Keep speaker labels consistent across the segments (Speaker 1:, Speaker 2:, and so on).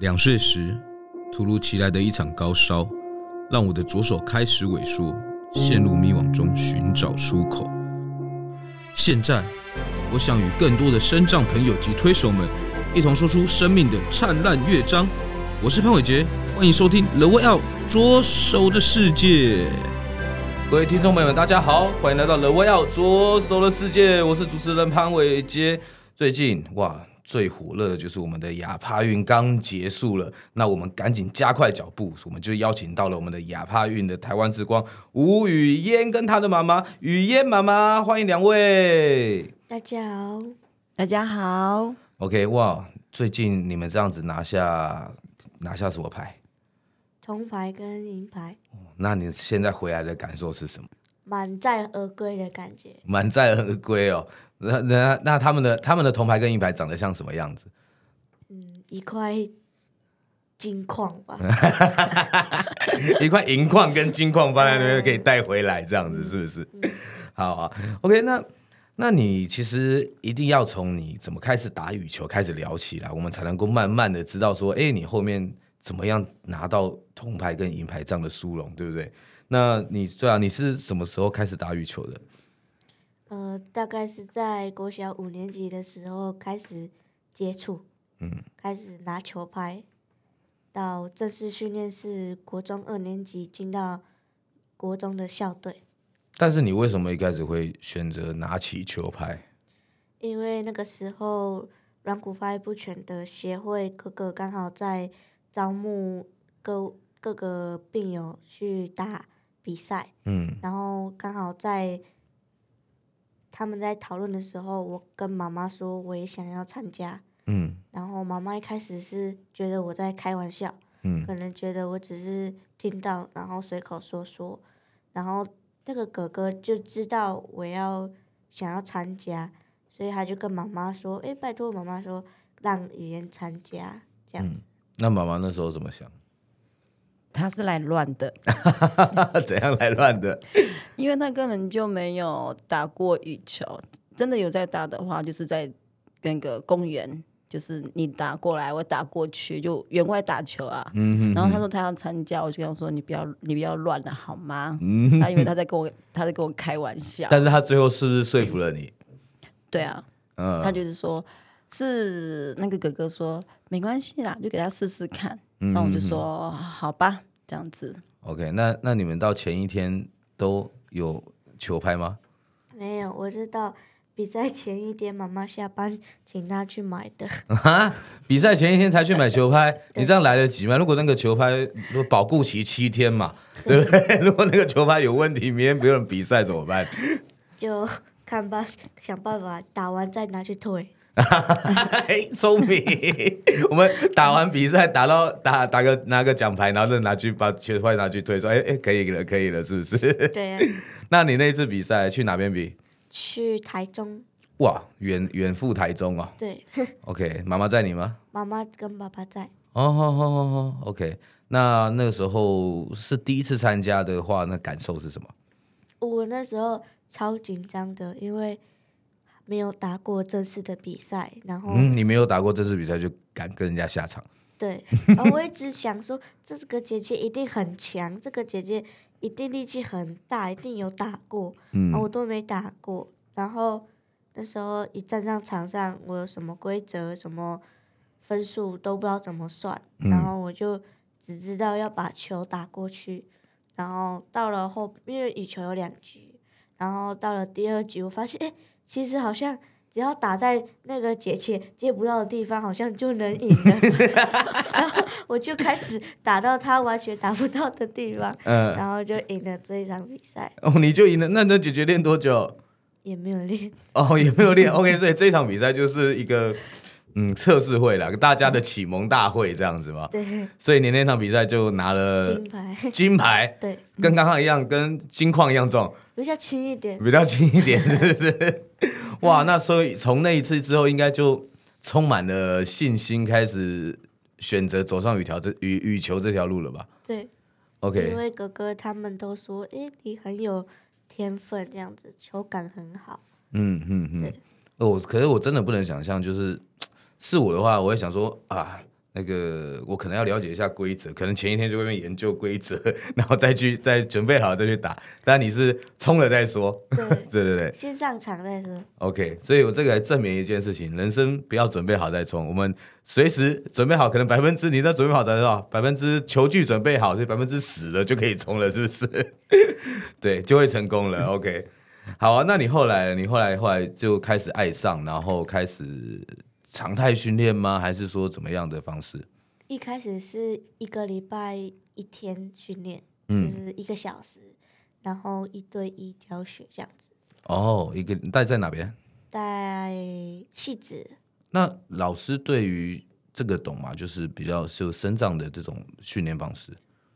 Speaker 1: 两岁时，突如其来的一场高烧，让我的左手开始萎缩，陷入迷惘中寻找出口。现在，我想与更多的身障朋友及推手们，一同说出生命的灿烂乐章。我是潘伟杰，欢迎收听《The Way Out 左手的世界》。
Speaker 2: 各位听众朋友们，大家好，欢迎来到《The Way Out 左手的世界》，我是主持人潘伟杰。最近哇，最火热的就是我们的亚帕运刚结束了，那我们赶紧加快脚步，我们就邀请到了我们的亚帕运的台湾之光吴雨嫣跟她的妈妈雨嫣妈妈，欢迎两位。
Speaker 3: 大家好，
Speaker 4: 大家好，
Speaker 2: OK，哇，最近你们这样子拿下拿下什么牌？
Speaker 3: 铜牌跟银牌，
Speaker 2: 那你现在回来的感受是什么？
Speaker 3: 满载而归的感觉，
Speaker 2: 满载而归哦。那那那他们的他们的铜牌跟银牌长得像什么样子？
Speaker 3: 嗯，一块金矿 吧，
Speaker 2: 一块银矿跟金矿放在那边可以带回来，这样子是不是？好啊，OK，那那你其实一定要从你怎么开始打羽球开始聊起来，我们才能够慢慢的知道说，哎，你后面怎么样拿到铜牌跟银牌这样的殊荣，对不对？那你对啊，你是什么时候开始打羽球的？
Speaker 3: 呃，大概是在国小五年级的时候开始接触，嗯，开始拿球拍，到正式训练是国中二年级进到国中的校队，
Speaker 2: 但是你为什么一开始会选择拿起球拍？
Speaker 3: 因为那个时候软骨发育不全的协会哥哥刚好在招募各各个病友去打比赛，
Speaker 2: 嗯，
Speaker 3: 然后刚好在他们在讨论的时候，我跟妈妈说我也想要参加，
Speaker 2: 嗯
Speaker 3: 然后妈妈一开始是觉得我在开玩笑，
Speaker 2: 嗯
Speaker 3: 可能觉得我只是听到然后随口说说，然后那个哥哥就知道我要想要参加，所以他就跟妈妈说：“诶，拜托妈妈说让语言参加这样子。
Speaker 2: 那妈妈那时候怎么想？
Speaker 4: 他是来乱的，
Speaker 2: 怎样来乱的？
Speaker 4: 因为他根本就没有打过羽球，真的有在打的话，就是在那个公园，就是你打过来，我打过去，就员外打球啊。
Speaker 2: 嗯
Speaker 4: 然后他说他要参加，我就跟他说你不要你不要乱了好吗？他以为他在跟我他在跟我开玩 笑，
Speaker 2: 但是他最后是不是说服了你？
Speaker 4: 对啊，
Speaker 2: 嗯，
Speaker 4: 他就是说，是那个哥哥说没关系啦，就给他试试看。那我就说好吧，这样子。
Speaker 2: OK，那那你们到前一天都有球拍吗？
Speaker 3: 没有，我知道比赛前一天妈妈下班请他去买的，
Speaker 2: 啊，比赛前一天才去买球 拍，你这样来得及吗？如果那个球拍如果保固期七天嘛，对不对？ 如果那个球拍有问题，明天不用比赛怎么办？
Speaker 3: 就看办想办法打完再拿去退。
Speaker 2: 哎，聪明！我们打完比赛，打到打打个拿个奖牌，然后再拿去把球拍拿去推，说哎哎，可以了，可以了，是不是？
Speaker 3: 对啊，
Speaker 2: 那你那次比赛去哪边比？
Speaker 3: 去台中，
Speaker 2: 哇，远远赴台中哦。
Speaker 3: 对，
Speaker 2: OK，妈妈在你吗？
Speaker 3: 妈妈跟爸爸在。
Speaker 2: 哦，好好好好，OK。那那个时候是第一次参加的话，那感受是什么？
Speaker 3: 我那时候超紧张的，因为没有打过正式的比赛，然后、
Speaker 2: 嗯，你没有打过这次比赛就敢跟人家下场，
Speaker 3: 对，然后我一直想说这个姐姐一定很强，这个姐姐一定力气很大，一定有打过，嗯、我都没打过。然后那时候一站上场上，我有什么规则、什么分数都不知道怎么算，然后我就只知道要把球打过去。然后到了后，因为羽球有两局，然后到了第二局，我发现哎，诶其实好像。只要打在那个姐姐接不到的地方，好像就能赢了。我就开始打到他完全打不到的地方，
Speaker 2: 嗯、
Speaker 3: 然后就赢了这一场比赛，
Speaker 2: 哦，你就赢了。那那姐姐练多久？
Speaker 3: 也没有练。
Speaker 2: 哦，也没有练。OK，所以这场比赛就是一个嗯测试会啦，大家的启蒙大会这样子嘛。
Speaker 3: 对，
Speaker 2: 所以你那场比赛就拿了
Speaker 3: 金牌，
Speaker 2: 金牌，
Speaker 3: 对，
Speaker 2: 跟刚刚一样，跟金矿一样重。
Speaker 3: 比较轻一点。
Speaker 2: 比较轻一点， 是不是？哇，那所以从那一次之后，应该就充满了信心，开始选择走上羽条这羽羽球这条路了吧
Speaker 3: 对，因
Speaker 2: ？OK，
Speaker 3: 为哥哥他们都说，诶，你很有天分，这样子球感很好。
Speaker 2: 嗯嗯嗯
Speaker 3: 对。
Speaker 2: 哦，可是我真的不能想象，就是是我的话，我会想说啊，那个我可能要了解一下规则，可能前一天就会研究规则， 然后再去再准备好再去打。但你是冲了再说，
Speaker 3: 对，
Speaker 2: 对对对
Speaker 3: 先上场再说。
Speaker 2: ，OK。所以我这个来证明一件事情：人生不要准备好再冲，我们随时准备好，可能百分之你再准备好才知道，百分之球具准备好，所以百分之十了就可以冲了，是不是？ 对，就会成功了。OK，好啊。那你后来，你后来后来就开始爱上，然后开始常态训练吗？还是说怎么样的方式？
Speaker 3: 一开始是一个礼拜一天训练，
Speaker 2: 嗯
Speaker 3: 就是一个小时，然后一对一教学这样子，
Speaker 2: 哦，一个大概在哪边？
Speaker 3: 在气质
Speaker 2: 那老师对于这个懂吗？就是比较就生长的这种训练方式。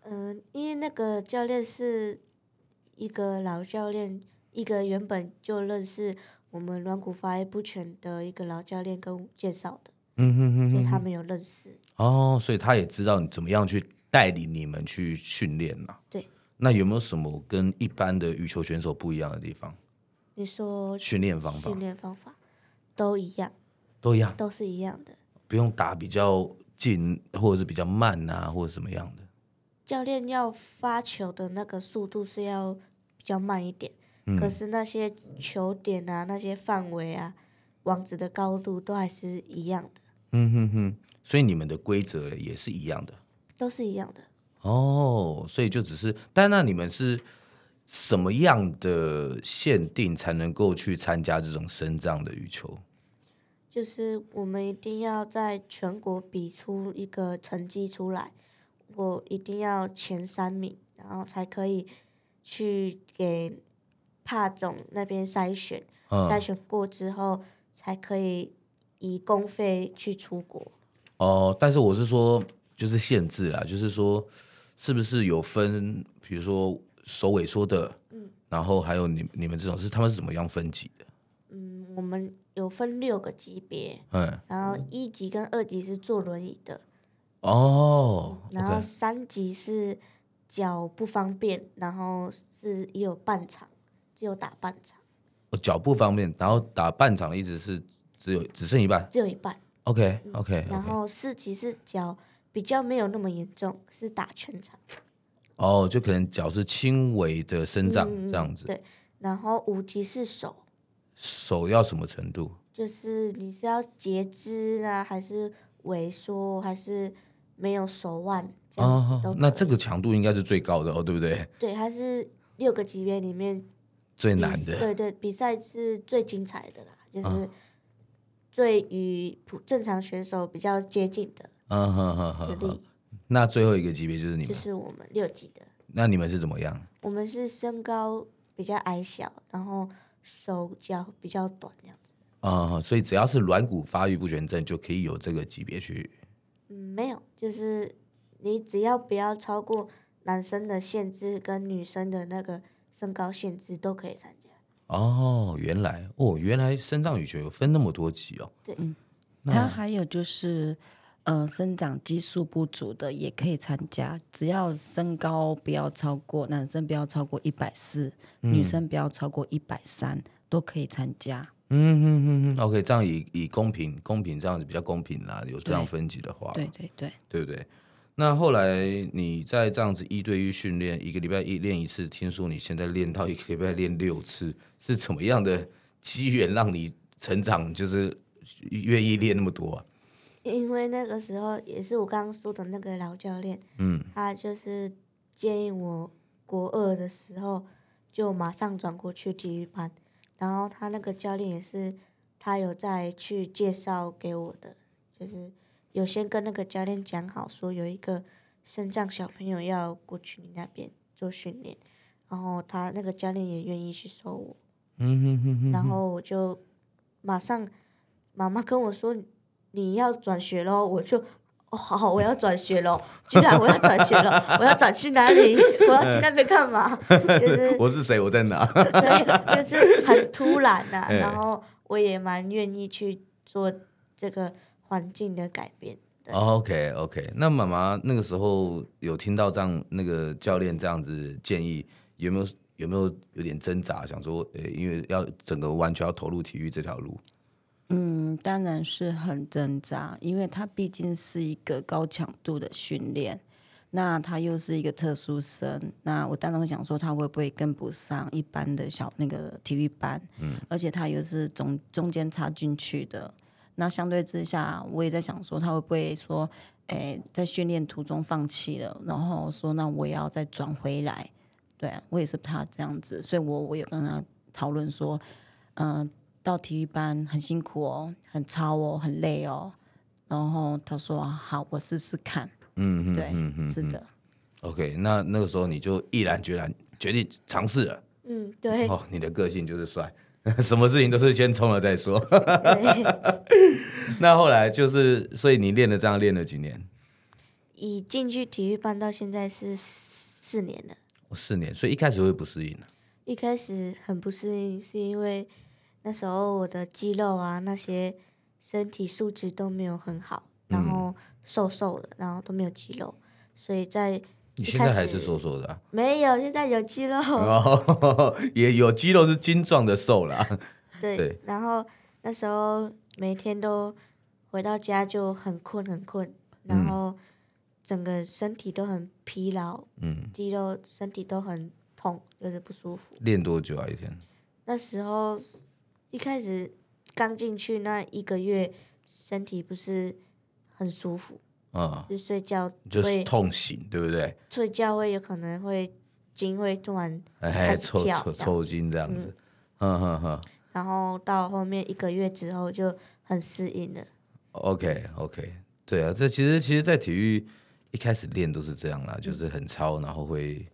Speaker 3: 嗯，因为那个教练是一个老教练，一个原本就认识我们软骨发育不全的一个老教练跟我介绍的，
Speaker 2: 嗯哼哼
Speaker 3: 所以
Speaker 2: 哼。
Speaker 3: 他们有认识。
Speaker 2: 哦，所以他也知道你怎么样去带领你们去训练嘛。
Speaker 3: 对。
Speaker 2: 那有没有什么跟一般的羽球选手不一样的地方？
Speaker 3: 你说
Speaker 2: 训练方法
Speaker 3: 训练方法都一样，
Speaker 2: 都一样，
Speaker 3: 都是一样的。
Speaker 2: 不用打比较近，或者是比较慢啊，或者什么样的。
Speaker 3: 教练要发球的那个速度是要比较慢一点，
Speaker 2: 嗯
Speaker 3: 可是那些球点啊、那些范围啊、网子的高度都还是一样的，
Speaker 2: 嗯哼哼。所以你们的规则也是一样的。
Speaker 3: 都是一样的。
Speaker 2: 哦，所以就只是，但那你们是什么样的限定才能够去参加这种深障的羽球？
Speaker 3: 就是我们一定要在全国比出一个成绩出来，我一定要前三名，然后才可以去给帕总那边筛选，筛
Speaker 2: 嗯，
Speaker 3: 选过之后才可以以公费去出国。
Speaker 2: 哦，但是我是说，就是限制啦，就是说，是不是有分，比如说首尾说的，然后还有你你们这种是他们是怎么样分级的？
Speaker 3: 嗯，我们有分六个级别，
Speaker 2: 嗯，
Speaker 3: 然后一级跟二级是坐轮椅的，
Speaker 2: 哦
Speaker 3: 嗯然后
Speaker 2: ，OK，
Speaker 3: 三级是脚不方便，然后是也有半场，只有打半场，
Speaker 2: 哦脚步方面，然后打半场一直是只有只剩一半
Speaker 3: 只有一半。
Speaker 2: ，OK OK
Speaker 3: 嗯然
Speaker 2: OK，
Speaker 3: 后四级是脚比较没有那么严重，是打全场。
Speaker 2: 哦，就可能脚是轻微的生长
Speaker 3: 嗯
Speaker 2: 这样子。
Speaker 3: 对，然后五级是手，
Speaker 2: 手要什么程度？
Speaker 3: 就是你是要截肢啊，还是萎缩，还是没有手腕这样子都可以、
Speaker 2: 哦那这个强度应该是最高的哦，对不对？
Speaker 3: 对，它是六个级别里面
Speaker 2: 最
Speaker 3: 比
Speaker 2: 难的。啊
Speaker 3: 对对，比赛是最精彩的啦，就是最与普正常选手比较接近的
Speaker 2: 嗯哼哼
Speaker 3: 实
Speaker 2: 哼哼。
Speaker 3: 力，
Speaker 2: 那最后一个级别就是你
Speaker 3: 就
Speaker 2: 们，
Speaker 3: 是我们六级的。
Speaker 2: 那你们是怎么样？
Speaker 3: 我们是身高比较矮小，然后手脚比较短这样子。
Speaker 2: 啊、所以只要是软骨发育不全症，就可以有这个级别去。
Speaker 3: 嗯，没有，就是你只要不要超过男生的限制跟女生的那个身高限制都可以参加。
Speaker 2: 哦，原来哦，原来深藏羽球有分那么多级哦。
Speaker 3: 对，
Speaker 4: 它还有就是，呃，生长激素不足的也可以参加，只要身高不要超过男生不要超过一百四，女生不要超过一百三，都可以参加。
Speaker 2: 嗯哼哼哼，OK，这样以以公平公平这样子比较公平啦，有这样
Speaker 4: 对
Speaker 2: 分级的话，
Speaker 4: 对对对，
Speaker 2: 对不对？那后来你在这样子一对一训练，一个礼拜一练一次，听说你现在练到一个礼拜练六次，是怎么样的机缘让你成长，就是愿意练那么多啊？
Speaker 3: 因为那个时候也是我刚刚说的那个老教练，嗯，他就是建议我国二的时候就马上转过去体育班，然后他那个教练也是他有再去介绍给我的，就是有先跟那个教练讲好说有一个肾脏小朋友要过去你那边做训练，然后他那个教练也愿意去收我，
Speaker 2: 嗯哼哼哼，
Speaker 3: 然后我就马上妈妈跟我说你要转学喽，我就哦好好，我要转学喽，居然我要转学了，我要转去哪里？ 我要去那边干嘛？ 就是
Speaker 2: 我是谁？我在哪？
Speaker 3: 对，就是很突然呐、
Speaker 2: 哎
Speaker 3: 然后我也蛮愿意去做这个环境的改变。对
Speaker 2: OK OK，那妈妈那个时候有听到这样那个教练这样子建议，有没有有没有有点挣扎，想说，呃、因为要整个完全要投入体育这条路，
Speaker 4: 嗯，当然是很挣扎，因为它毕竟是一个高强度的训练，那他又是一个特殊生，那我当然会想说他会不会跟不上一般的小那个体育班，嗯，而且他又是中中间插进去的，那相对之下，我也在想说他会不会说，哎，在训练途中放弃了，然后说那我也要再转回来，对啊我也是怕这样子，所以我我有跟他讨论说，嗯、到体育班很辛苦哦，很超哦，很累哦。然后他说：“好，我试试看。”嗯对，是的，
Speaker 2: OK，那那个时候你就毅然决然决定尝试了。
Speaker 3: 嗯，对
Speaker 2: 哦，你的个性就是帅， 什么事情都是先冲了再说。
Speaker 3: 对，
Speaker 2: 那后来就是，所以你练了这样练了几年？
Speaker 3: 以进去体育班到现在是四年了。
Speaker 2: 哦四年，所以一开始会不适应啊
Speaker 3: 一开始很不适应，是因为那时候我的肌肉啊那些身体素质都没有很好，然后瘦瘦的，然后都没有肌肉，所以在
Speaker 2: 你
Speaker 3: 一
Speaker 2: 现
Speaker 3: 开
Speaker 2: 在还
Speaker 3: 始
Speaker 2: 是瘦瘦的、啊，
Speaker 3: 没有，现在有肌肉，
Speaker 2: 哦， 也有肌肉是精壮的瘦啦。
Speaker 3: 对，
Speaker 2: 对
Speaker 3: 然后那时候每天都回到家就很困很困，然后整个身体都很疲劳，
Speaker 2: 嗯，
Speaker 3: 肌肉身体都很痛，就是不舒服。
Speaker 2: 练多久啊？一天？
Speaker 3: 那时候一开始刚进去那一个月，身体不是很舒服，
Speaker 2: 啊、
Speaker 3: 就睡觉
Speaker 2: 就是
Speaker 3: 会
Speaker 2: 痛醒，对不对？
Speaker 3: 睡觉会有可能会筋会突然
Speaker 2: 哎，
Speaker 3: 开始
Speaker 2: 抽
Speaker 3: 跳
Speaker 2: 抽
Speaker 3: 这样
Speaker 2: 抽筋这样子。嗯哼哼
Speaker 3: 然后到后面一个月之后就很适应了。
Speaker 2: ，OK OK，对啊，这其实其实，在体育一开始练都是这
Speaker 3: 嗯
Speaker 2: 样啦，就是很超，然后会。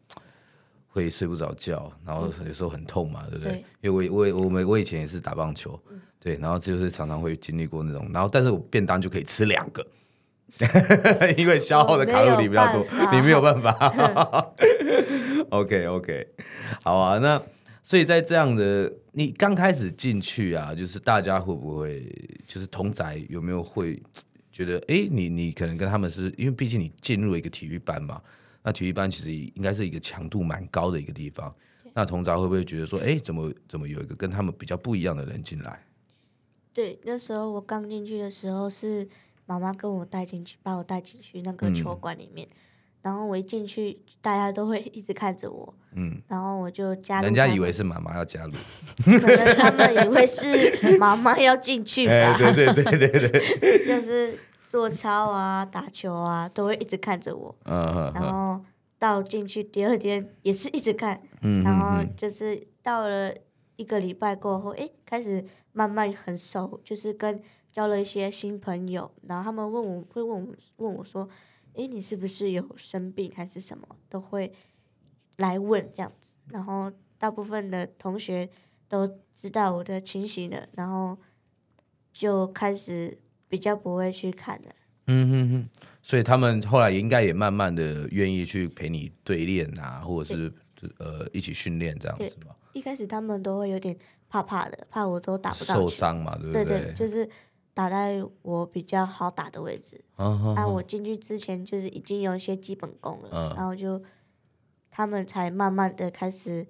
Speaker 2: 会睡不着觉，然后有时候很痛嘛，对不对？
Speaker 3: 嗯对嗯
Speaker 2: 因为我也我也我们我以前也是打棒球，对，然后就是常常会经历过那种，然后但是我便当就可以吃两个， 因为消耗的卡路里比较多
Speaker 3: 我没有办，法
Speaker 2: 你没有办法。OK OK，好 啊，那所以在这样的你刚开始进去啊，就是大家会不会就是同宅有没有会觉得，哎，你你可能跟他们是因为毕竟你进入了一个体育班嘛，那体育班其实应该是一个强度蛮高的一个地方。那同宅会不会觉得说，哎，怎么怎么有一个跟他们比较不一样的人进来？
Speaker 3: 对，那时候我刚进去的时候是妈妈跟我带进去，把我带进去那个
Speaker 2: 嗯
Speaker 3: 球馆里面。然后我一进去，大家都会一直看着我，嗯，然后我就加入
Speaker 2: 人家
Speaker 3: 他们
Speaker 2: 以为是妈妈要加入，
Speaker 3: 可能他们以 为是妈妈要进去吧，
Speaker 2: 哎对对对对对，
Speaker 3: 就是做操啊、打球啊，都会一直看着我。
Speaker 2: 嗯
Speaker 3: 然后到进去第二天也是一直看，
Speaker 2: 嗯
Speaker 3: 然后就是到了一个礼拜过后，诶，开始慢慢很熟，就是跟交了一些新朋友，然后他们问我会问我问我说，诶，你是不是有生病还是什么，都会来问这样子，然后大部分的同学都知道我的情形了，然后就开始比较不会去看了，
Speaker 2: 嗯所以他们后来应该也慢慢的愿意去陪你对练啊，或者是呃一起训练这样子嘛，
Speaker 3: 一开始他们都会有点怕怕的，怕我都打不到
Speaker 2: 受
Speaker 3: 球。
Speaker 2: 伤嘛，对不
Speaker 3: 对
Speaker 2: 对？
Speaker 3: 就是打在我比较好打的位置。
Speaker 2: 嗯
Speaker 3: 啊，我进去之前就是已经有一些基本功了，
Speaker 2: 嗯
Speaker 3: 然后就他们才慢慢的开始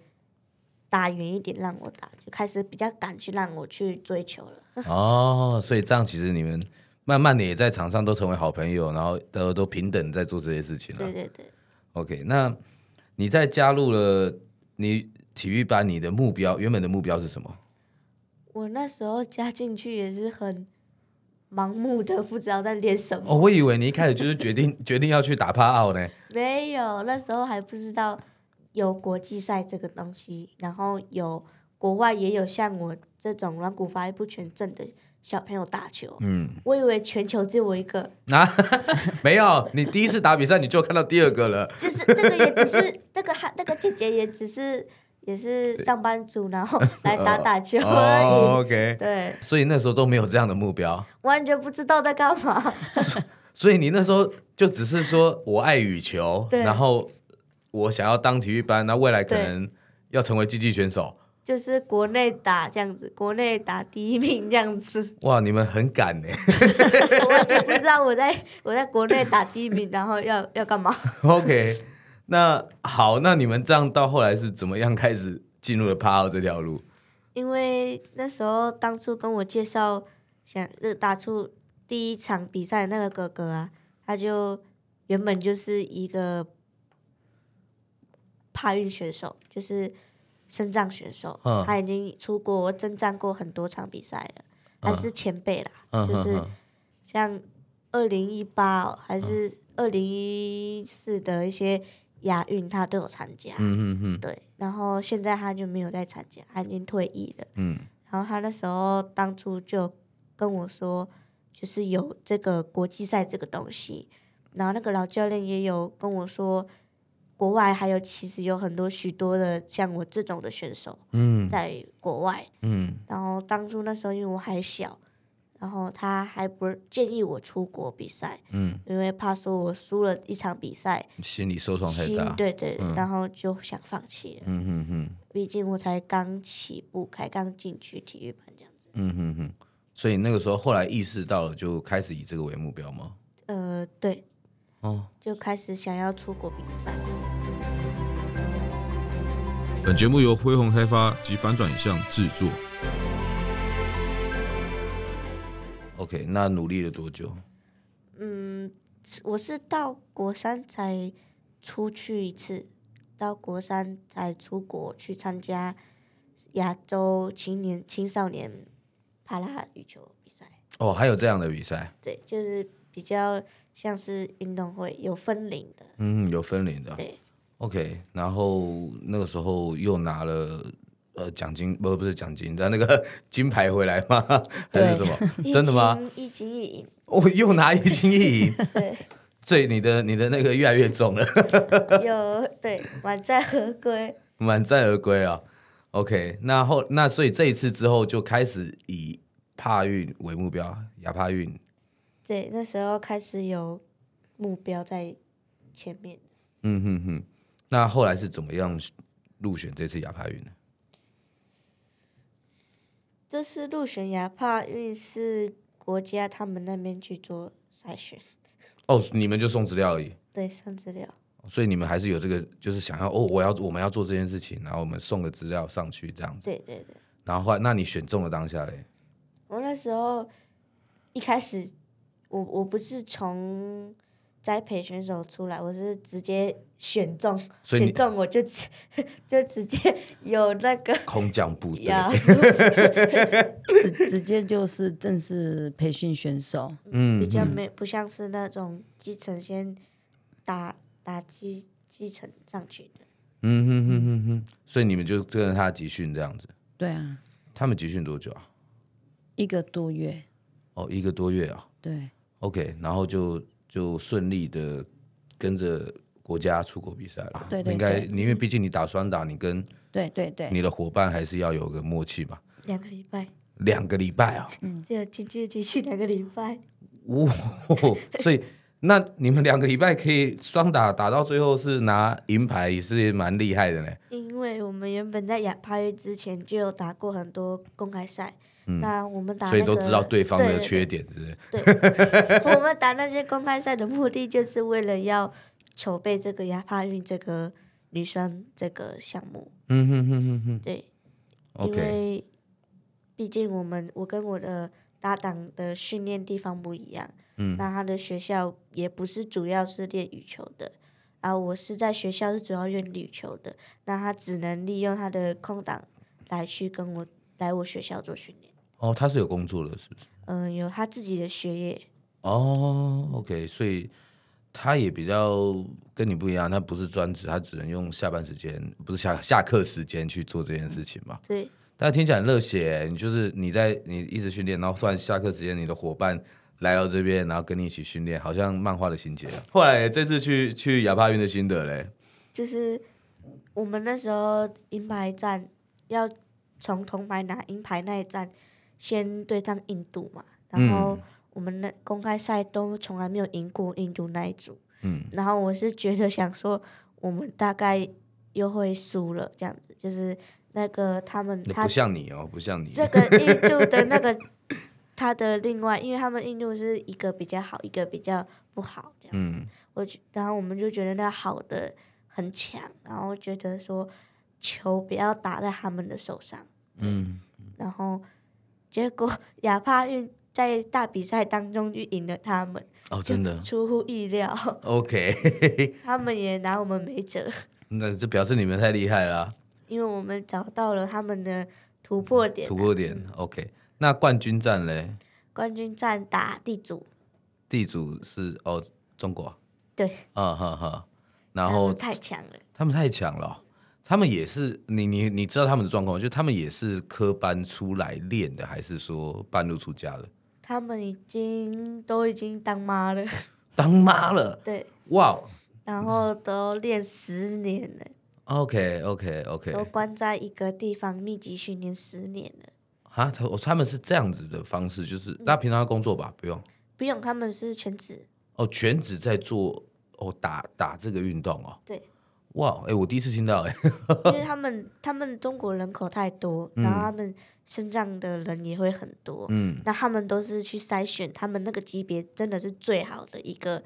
Speaker 3: 打远一点让我打，就开始比较敢去让我去追求了。
Speaker 2: 哦，所以这样其实你们慢慢的也在场上都成为好朋友，然后都都平等在做这些事情了
Speaker 3: 对。对对，
Speaker 2: OK，那你在加入了你体育班，你的目标原本的目标是什么？
Speaker 3: 我那时候加进去也是很盲目的，不知道在练什么，
Speaker 2: 哦，我以为你一开始就是决定决定要去打帕奥呢。
Speaker 3: 没有，那时候还不知道有国际赛这个东西，然后有国外也有像我这种软骨发育不全症的小朋友打球，
Speaker 2: 嗯，
Speaker 3: 我以为全球只有我一个，
Speaker 2: 啊，没有，你第一次打比赛你就看到第二个了。
Speaker 3: 就是这个也只是那个哈那个姐姐也只是也是上班族，然后来打打球而已，
Speaker 2: 哦，OK，
Speaker 3: 对，
Speaker 2: 所以那时候都没有这样的目标，
Speaker 3: 完全不知道在干嘛，
Speaker 2: 所以你那时候就只是说我爱羽球，
Speaker 3: 对
Speaker 2: 然后我想要当体育班，那未来可能要成为竞技选手。
Speaker 3: 就是国内打这样子，国内打第一名这样子，
Speaker 2: 哇，你们很敢呢！
Speaker 3: 我完全不知道我在我在国内打第一名，然后要要干嘛。
Speaker 2: OK，那好，那你们这样到后来是怎么样开始进入了帕奥这条路？
Speaker 3: 因为那时候当初跟我介绍想呃打出第一场比赛的那个哥哥啊，他就原本就是一个帕运选手，就是升障选手，
Speaker 2: 嗯
Speaker 3: 他已经出国征战过很多场比赛了，还是前辈啦，
Speaker 2: 嗯
Speaker 3: 就
Speaker 2: 哼
Speaker 3: 是
Speaker 2: 哼嗯
Speaker 3: 像二零一八哦还是二零一四的一些亚运，他都有参加。
Speaker 2: 嗯嗯嗯
Speaker 3: 对，然后现在他就没有再参加，他已经退役了。
Speaker 2: 嗯，
Speaker 3: 然后他那时候当初就跟我说，就是有这个国际赛这个东西，然后那个老教练也有跟我说，国外还有其实有很多许多的像我这种的选手
Speaker 2: 嗯
Speaker 3: 在国外，
Speaker 2: 嗯
Speaker 3: 然后当初那时候因为我还小，然后他还不建议我出国比赛，
Speaker 2: 嗯，
Speaker 3: 因为怕说我输了一场比赛，
Speaker 2: 心理受伤太
Speaker 3: 心
Speaker 2: 大，
Speaker 3: 对对，
Speaker 2: 嗯
Speaker 3: 然后就想放弃了。
Speaker 2: 嗯嗯嗯
Speaker 3: 毕竟我才刚起步，才刚进去体育班这样子。
Speaker 2: 嗯嗯嗯，所以那个时候后来意识到了，就开始以这个为目标吗？
Speaker 3: 呃，对，
Speaker 2: 哦，
Speaker 3: 就开始想要出国比赛。
Speaker 1: 本节目由恢宏开发及反转影像制作。
Speaker 2: OK，那努力了多久？
Speaker 3: 嗯，我是到国三才出去一次，到国三才出国去参加亚洲青年青少年帕拉羽球比赛。
Speaker 2: 哦，还有这样的比赛，
Speaker 3: 对，就是比较像是运动会有分龄的。
Speaker 2: 嗯，有分龄的
Speaker 3: 对，
Speaker 2: ，OK。然后那个时候又拿了呃奖金，不不是奖金，但那个金牌回来吗？还是什 么？
Speaker 3: 一
Speaker 2: 真的吗？
Speaker 3: 金？一金一银。
Speaker 2: 我、又拿一金一 银，
Speaker 3: 对，
Speaker 2: 所以你的你的那个越来越重了，
Speaker 3: 有对满载而归。
Speaker 2: 满载而归啊。OK，那后那所以这一次之后就开始以帕运为目标，亚帕运。
Speaker 3: 对，那时候开始有目标在前面。
Speaker 2: 嗯哼哼，那后来是怎么样入选这次亚帕运呢？
Speaker 3: 这次入选亚帕运是国家他们那边去做筛选，
Speaker 2: 哦，你们就送资料而已。
Speaker 3: 对，上资料。
Speaker 2: 所以你们还是有这个，就是想要哦，我要我们要做这件事情，然后我们送个资料上去这样子。
Speaker 3: 对对对，
Speaker 2: 然后后来，那你选中了当下嘞？
Speaker 3: 我那时候一开始，我我不是从栽培选手出来，我是直接选中，
Speaker 2: 所以你
Speaker 3: 选中我就直 就直接有那个
Speaker 2: 空降部队，
Speaker 3: 呀，
Speaker 4: 直直接就是正式培训选手，
Speaker 3: 比
Speaker 2: 嗯
Speaker 3: 较没不像是那种基层先打打基基层上去的。
Speaker 2: 嗯哼哼哼哼。所以你们就跟着他集训这样子。
Speaker 4: 对啊，
Speaker 2: 他们集训多久啊？
Speaker 4: 一个多月，
Speaker 2: 哦，一个多月啊。
Speaker 4: 对
Speaker 2: OK，然后就就顺利的跟着国家出国比赛了。
Speaker 4: 对对
Speaker 2: 应该
Speaker 4: 对
Speaker 2: 你因为毕竟你打双打，你跟
Speaker 4: 对对对，
Speaker 2: 你的伙伴还是要有个默契吧。
Speaker 3: 两个礼拜，
Speaker 2: 两个礼拜啊、
Speaker 3: 只有进去集训两个礼拜，
Speaker 2: 哇、哦所以那你们两个礼拜可以双打打到最后是拿银牌，也是蛮厉害的呢。
Speaker 3: 因为我们原本在亚帕运之前就有打过很多公开赛，那我们打、啊
Speaker 2: 嗯
Speaker 3: 那
Speaker 2: 所
Speaker 3: 个、
Speaker 2: 以都知道对方的缺
Speaker 3: 对
Speaker 2: 点，是不是？
Speaker 3: 对 对我们打那些公开赛的目的就是为了要筹备这个亚帕运这个女双这个项目，
Speaker 2: 嗯哼哼哼哼
Speaker 3: 对，因
Speaker 2: ，OK，
Speaker 3: 为毕竟我们我跟我的搭档的训练地方不一样，嗯，那他的学校也不是主要是练羽球的，啊，我是在学校是主要练羽球的，那他只能利用他的空档来去跟我来我学校做训练，
Speaker 2: 哦，他是有工作的，是不是？
Speaker 3: 嗯、有他自己的学业，
Speaker 2: 哦，OK，所以他也比较跟你不一样，他不是专职，他只能用下班时间，不是下下课时间去做这件事情嘛。
Speaker 3: 对
Speaker 2: 但听起来很热血，你就是你在你一直训练，然后突然下课时间，你的伙伴来到这边，然后跟你一起训练，好像漫画的情节、啊。后来这次去去亚帕运的心得嘞，
Speaker 3: 就是我们那时候银牌战要从铜牌拿银牌那一战，先对战印度嘛，然后
Speaker 2: 嗯
Speaker 3: 我们那公开赛都从来没有赢过印度那一组，
Speaker 2: 嗯，
Speaker 3: 然后我是觉得想说我们大概又会输了这样子，就是那个他们
Speaker 2: 那
Speaker 3: 他
Speaker 2: 不像你哦，不像你，
Speaker 3: 这个印度的 那个他的另外，因为他们印度是一个比较好，一个比较不好这样子，
Speaker 2: 嗯
Speaker 3: 我觉，然后我们就觉得那好的很强，然后觉得说球不要打在他们的手上，
Speaker 2: 嗯，
Speaker 3: 然后结果亚帕运在大比赛当中去赢了他们，
Speaker 2: 哦，真的
Speaker 3: 出乎意料，
Speaker 2: ，OK，
Speaker 3: 他们也拿我们没辙，
Speaker 2: 那就表示你们太厉害了啊、
Speaker 3: 因为我们找到了他们的突破点啊、
Speaker 2: 突破点，OK。那冠军战嘞，
Speaker 3: 冠军战打地主，
Speaker 2: 地主是哦中国啊，
Speaker 3: 对，
Speaker 2: 啊哈哈，然
Speaker 3: 他
Speaker 2: 后
Speaker 3: 们太强了，
Speaker 2: 他们太强了哦、他们也是你你你知道他们的状况吗，就他们也是科班出来练的，还是说半路出家的？
Speaker 3: 他们已经都已经当妈了，
Speaker 2: 当妈了，
Speaker 3: 对，
Speaker 2: 哇哦
Speaker 3: 然后都练十年了，
Speaker 2: ，OK OK OK，
Speaker 3: 都关在一个地方密集训练十年了。
Speaker 2: 啊，他我他们是这样子的方式，就是那平常要工作吧，不用
Speaker 3: 不用，他们是全职，
Speaker 2: 哦，全职在做哦打打这个运动哦，
Speaker 3: 对，
Speaker 2: 哇，哎，我第一次听到哎，
Speaker 3: 因为他们他们中国人口太多，然后他们身障的人也会很多，
Speaker 2: 嗯，
Speaker 3: 那他们都是去筛选他们那个级别真的是最好的一个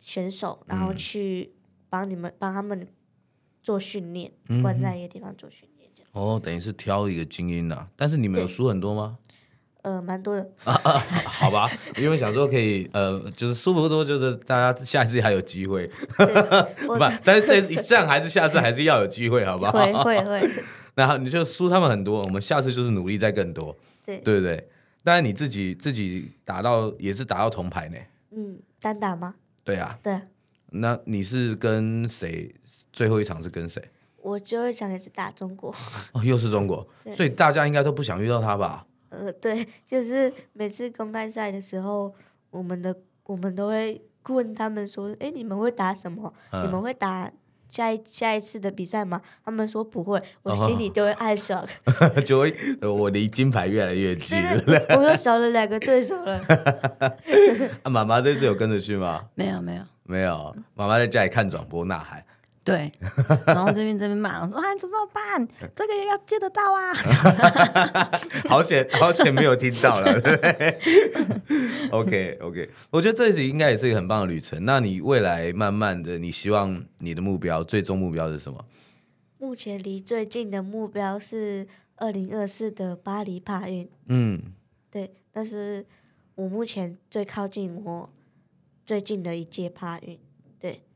Speaker 3: 选手，然后去帮你们帮他们做训练，关在一个地方做训练，这样
Speaker 2: 哦，等于是挑一个精英啦，但是你们有
Speaker 3: 对
Speaker 2: 输很多吗？
Speaker 3: 呃，蛮多的，
Speaker 2: 好吧，因为想说可以，呃，就是舒服多，就是大家下一次还有机会，
Speaker 3: 对
Speaker 2: 不
Speaker 3: 我，
Speaker 2: 但是这这样还是下次还是要有机会，好不
Speaker 3: 会
Speaker 2: 好？
Speaker 3: 会会，
Speaker 2: 然后你就输他们很多，我们下次就是努力再更多，
Speaker 3: 对，
Speaker 2: 对不对？当然你自己自己打到也是打到铜牌呢，
Speaker 3: 嗯，单打吗？
Speaker 2: 对啊。
Speaker 3: 对，
Speaker 2: 那你是跟谁？最后一场是跟谁？
Speaker 3: 我最后一场也是打中国。
Speaker 2: 哦，又是中国，
Speaker 3: 对
Speaker 2: 所以大家应该都不想遇到他吧？
Speaker 3: 呃，对，就是每次公开赛的时候，我们的我们都会问他们说：“哎，你们会打什么？你们会打下一下一次的比赛吗？”他们说不会，我心里就会暗爽，
Speaker 2: 就会呃我离金牌越来越近
Speaker 3: 真
Speaker 2: 了。
Speaker 3: 的，我又少了两个对手了。
Speaker 2: 啊，妈妈这次有跟着去吗？
Speaker 4: 没有没有，
Speaker 2: 没有，妈妈在家里看转播呐喊。
Speaker 4: 对， 然后这边这边骂我说啊，你怎么这么 办？这个也要接得到 啊！
Speaker 2: 好险，好险没有听到 了。对不对 OK OK，我觉得这一集应该也是一个很棒的旅程。那你未来慢慢的，你希望你的目标，最终目标是什么？
Speaker 3: 目前离最近的目标是二零二四的巴黎帕运，
Speaker 2: 嗯，
Speaker 3: 对，那是我目前最靠近我最近的一届帕运。嗯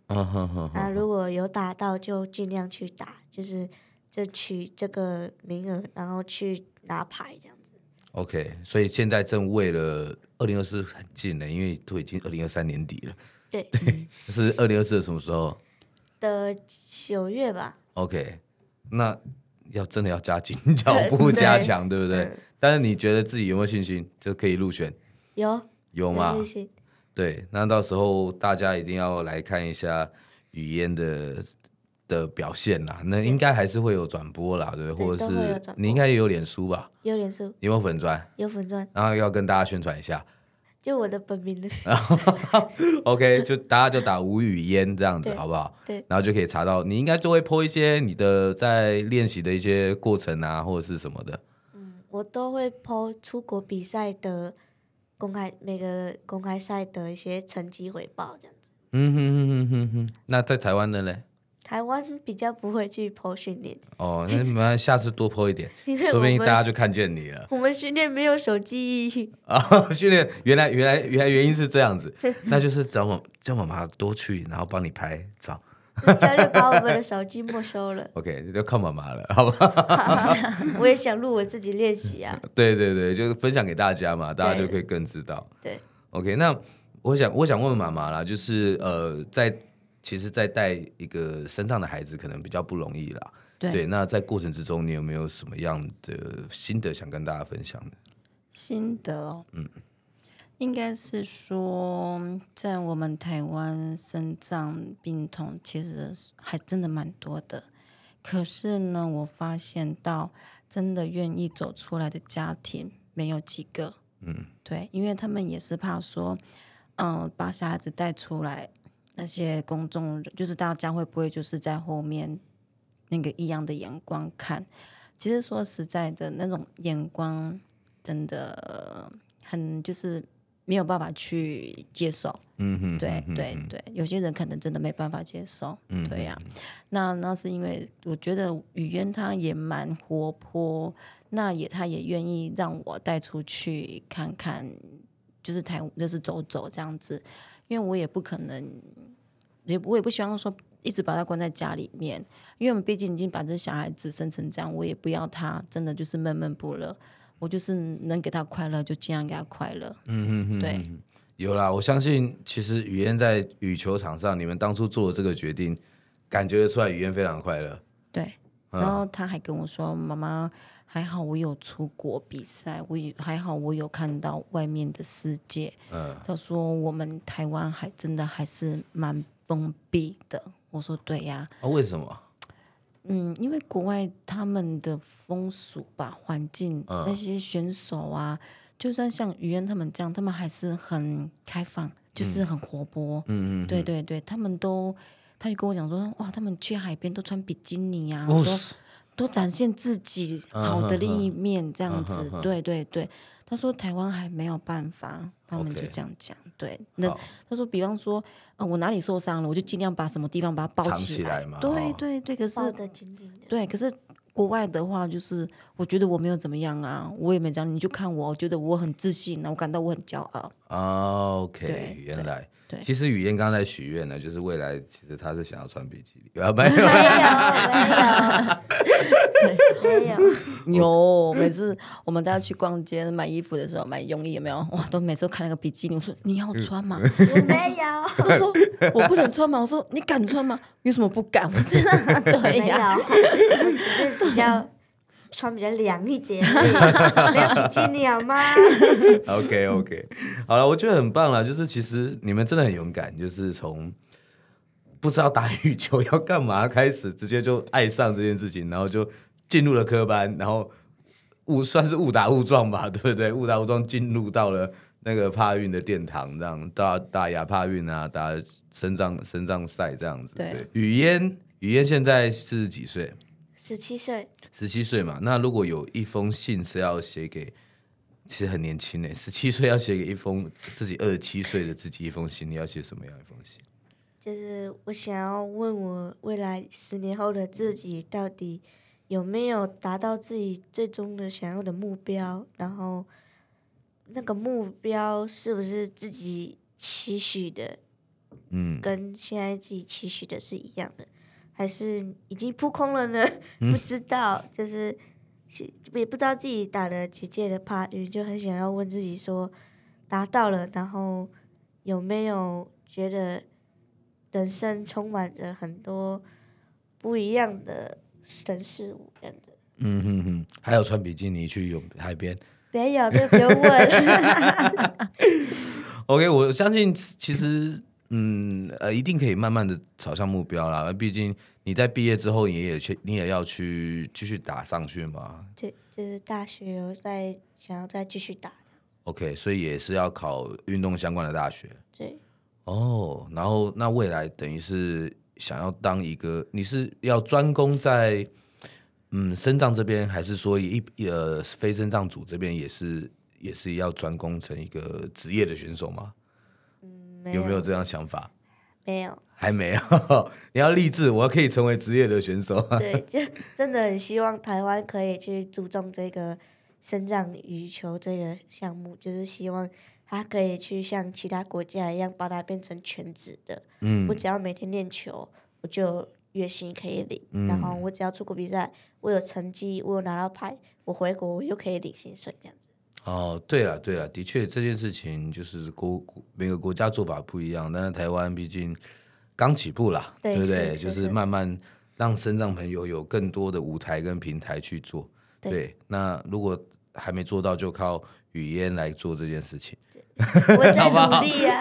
Speaker 2: 啊哈哈
Speaker 3: 那
Speaker 2: 哈，
Speaker 3: 如果有打到，就尽量去打，就是争取这个名额，然后去拿牌这样子。
Speaker 2: OK，所以现在正为了二零二四很近了，因为都已经二零二三年底了，
Speaker 3: 对，
Speaker 2: 是二零二四什么时候
Speaker 3: 的九月吧，
Speaker 2: ？OK，那要真的要加紧 脚步，
Speaker 3: 对
Speaker 2: 加强，对不对？但是你觉得自己有没有信心就可以入选？
Speaker 3: 有
Speaker 2: 有
Speaker 3: 有
Speaker 2: 吗？
Speaker 3: 信心。
Speaker 2: 对，那到时候大家一定要来看一下雨嫣的的表现啦。那应该还是会有转播啦，对不对？
Speaker 3: 对
Speaker 2: 或者
Speaker 3: 都会有
Speaker 2: 是
Speaker 3: 转
Speaker 2: 你应该也有脸书吧？
Speaker 3: 有脸书，
Speaker 2: 有没有粉砖？
Speaker 3: 有粉钻，
Speaker 2: 然后要跟大家宣传一 下
Speaker 3: 就我的本名了。
Speaker 2: ，OK，就大家就打吴雨嫣这样子，
Speaker 3: 对
Speaker 2: 好不好？
Speaker 3: 对，
Speaker 2: 然后就可以查到，你应该就会 po 一些你的在练习的一些过程啊，或者是什么的。
Speaker 3: 我都会 PO 出国比赛的公开每个公开赛的一些成绩回报这样子。
Speaker 2: 嗯哼哼哼哼哼，那在台湾的嘞？
Speaker 3: 台湾 比较不会去 PO 训练，
Speaker 2: 哦，那你们下次多 po 一点，
Speaker 3: 因为
Speaker 2: 说不定
Speaker 3: 我
Speaker 2: 大家
Speaker 3: 们
Speaker 2: 就看见你了。
Speaker 3: 我们训练没有手机。
Speaker 2: 啊，训练原来原来原来原因是这样子，那就是找我叫妈妈多去，然后帮你拍照。
Speaker 3: 教练把我们的手机没收了，
Speaker 2: OK，就靠妈妈了，好吧？
Speaker 3: 我也想录我自己练习啊。
Speaker 2: 对对对，就是分享给大家嘛，大家就
Speaker 3: 对
Speaker 2: 可以更知道。
Speaker 3: 对，
Speaker 2: OK，那我想我想问问妈妈啦，就是呃，在其实，在带一个身上的孩子可能比较不容易啦。
Speaker 4: 对
Speaker 2: 那在过程之中，你有没有什么样的心得想跟大家分享的？
Speaker 4: 心得哦，嗯，应该是说，在我们台湾身障病童其实还真的蛮多的，可是呢，我发现到真的愿意走出来的家庭没有几个，嗯，对，因为他们也是怕说，嗯，把小孩子带出来，那些公众人就是大家会不会就是在后面那个异样的眼光看。其实说实在的，那种眼光真的很就是没有办法去接受。
Speaker 2: 嗯哼，
Speaker 4: 对
Speaker 2: 嗯哼
Speaker 4: 对，对，有些人可能真的没办法接受，
Speaker 2: 嗯
Speaker 4: 对呀、那那是因为我觉得嗯雨嫣她也蛮活泼，那也她也愿意让我带出去看看，就是台就是走走这样子，因为我也不可能，也我也不希望说一直把她关在家里面，因为我们毕竟已经把这小孩子生成这样，我也不要她真的就是闷闷不乐。我就是能给她快乐，就尽量给她快乐。
Speaker 2: 嗯哼哼，
Speaker 4: 对，
Speaker 2: 有啦，我相信其实雨燕在羽球场上，你们当初做的这个决定，感觉得出来雨燕非常快乐。
Speaker 4: 对，
Speaker 2: 啊
Speaker 4: 然后他还跟我说：“妈妈，还好我有出国比赛，我也还好我有看到外面的世界。”
Speaker 2: 嗯
Speaker 4: 他说：“我们台湾还真的还是蛮封闭的。”我说：“对呀、
Speaker 2: 啊，为什么？
Speaker 4: 嗯，因为国外他们的风俗吧、环境、
Speaker 2: 嗯
Speaker 4: 那些选手啊，就算像于恩他们这样，他们还是很开放，就是很活泼。嗯嗯，对对对，他们都，他就跟我讲说，哇，他们去海边都穿比基尼啊，
Speaker 2: 哦
Speaker 4: 说多展现自己
Speaker 2: 嗯
Speaker 4: 好的另一面，这样子。对对对，他说台湾还没有办法，他们就
Speaker 2: OK
Speaker 4: 这样讲。对，那
Speaker 2: 好
Speaker 4: 他说，比方说，啊、我哪里受伤了，我就尽量把什么地方把它包
Speaker 2: 藏
Speaker 4: 起
Speaker 2: 起来嘛
Speaker 4: 对
Speaker 2: 哦
Speaker 4: 对对，可是
Speaker 3: 抱得紧紧的。
Speaker 4: 对，可是国外的话，就是我觉得我没有怎么样啊，我也没讲，你就看我，我觉得我很自信啊，我感到我很骄傲。
Speaker 2: 啊，OK，
Speaker 4: 对
Speaker 2: 原来
Speaker 4: 对对
Speaker 2: 其实雨燕刚才许愿呢，就是未来其实她是想要穿比基尼，啊，没有
Speaker 3: 没有没有没有，
Speaker 4: 有，每次我们大家去逛街买衣服的时候，买泳衣有没有？哇，都每次都看那个比基尼，我说你要穿吗？
Speaker 3: 我没有。
Speaker 4: 他说我不能穿吗？我说你敢穿吗？有什么不敢？我说 对
Speaker 3: 没有，
Speaker 4: 呀、
Speaker 3: 我只是比较穿比较凉一 点而已，没有比基尼好吗？
Speaker 2: OK OK，好了，我觉得很棒了。就是其实你们真的很勇敢，就是从不知道打羽球要干嘛开始，直接就爱上这件事情，然后就进入了科班，然后误算是误打误撞吧，对不对？误打误撞进入到了那个帕运的殿堂，这样打打亚帕运啊，打深藏深藏赛这样子。
Speaker 4: 对
Speaker 2: 对，雨嫣，雨嫣现在是几岁？
Speaker 3: 十七岁，
Speaker 2: 十七岁嘛，那如果有一封信是要写给，其实很年轻呢，十七岁要写给一封自己二十七岁的自己一封信，你要写什么样一封信？
Speaker 3: 就是我想要问我未来十年后的自己到底有没有达到自己最终的想要的目标，然后那个目标是不是自己期许的，
Speaker 2: 嗯，
Speaker 3: 跟现在自己期许的是一样的，还是已经扑空了呢？ 不知道，就是是也不知道自己打了几届的帕运，就很想要问自己说，达到了，然后有没有觉得人生充满着很多不一样的人事物？这样的
Speaker 2: 嗯哼哼，还有穿比基尼去泳海边。
Speaker 3: 没有，这不 用问。
Speaker 2: OK，我相信其实，嗯呃，一定可以慢慢的朝向目标啦。毕竟你在毕业之后，你也去，你也要去继续打上去嘛。
Speaker 3: 对，就是大学有在想要再继续打，
Speaker 2: OK，所以也是要考运动相关的大学。
Speaker 3: 对，
Speaker 2: 哦，然后那未来等于是想要当一个，你是要专攻在嗯深藏这边，还是说一一呃非深藏组这边也是也是要专攻成一个职业的选手吗？
Speaker 3: 没
Speaker 2: 有没有这样想法？
Speaker 3: 没有。
Speaker 2: 还没有， 你要励志，我可以成为职业的选手。
Speaker 3: 对，就真的很希望台湾可以去注重这个生长羽球这个项目，就是希望它可以去像其他国家一样，把它变成全职的。
Speaker 2: 嗯
Speaker 3: 我只要每天练球，我就有月薪可以领，
Speaker 2: 嗯
Speaker 3: 然后我只要出国比赛，我有成绩，我有拿到牌，我回国我又可以领薪水这样 子。
Speaker 2: 哦，对了对了，的确这件事情就是国国每个国家做法不一样，但是台湾毕竟刚起步啦，
Speaker 3: 对
Speaker 2: 不对？
Speaker 3: 是是
Speaker 2: 就是
Speaker 3: 是
Speaker 2: 慢慢让身障朋友有更多的舞台跟平台去做。
Speaker 3: 对
Speaker 2: 那如果还没做到，就靠语言来做这件事情。
Speaker 3: 我在努力 啊！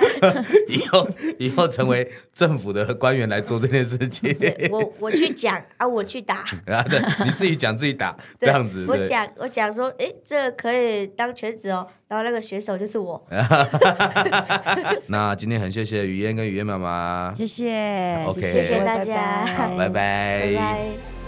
Speaker 2: 以后以后成为政府的官员来做这件事情
Speaker 3: 对我我去讲啊，我去打。
Speaker 2: 啊，对，你自己讲自己打这
Speaker 3: 对
Speaker 2: 样子，
Speaker 3: 我
Speaker 2: 对
Speaker 3: 讲我讲说，诶，这个可以当全职哦，然后那个选手就是我。
Speaker 2: 哎那今天很谢谢语嫣跟语嫣妈妈，
Speaker 4: 谢谢
Speaker 2: OK
Speaker 4: 谢
Speaker 3: 谢谢大
Speaker 4: 拜
Speaker 3: 家
Speaker 4: 拜
Speaker 2: 好，拜
Speaker 3: 拜拜。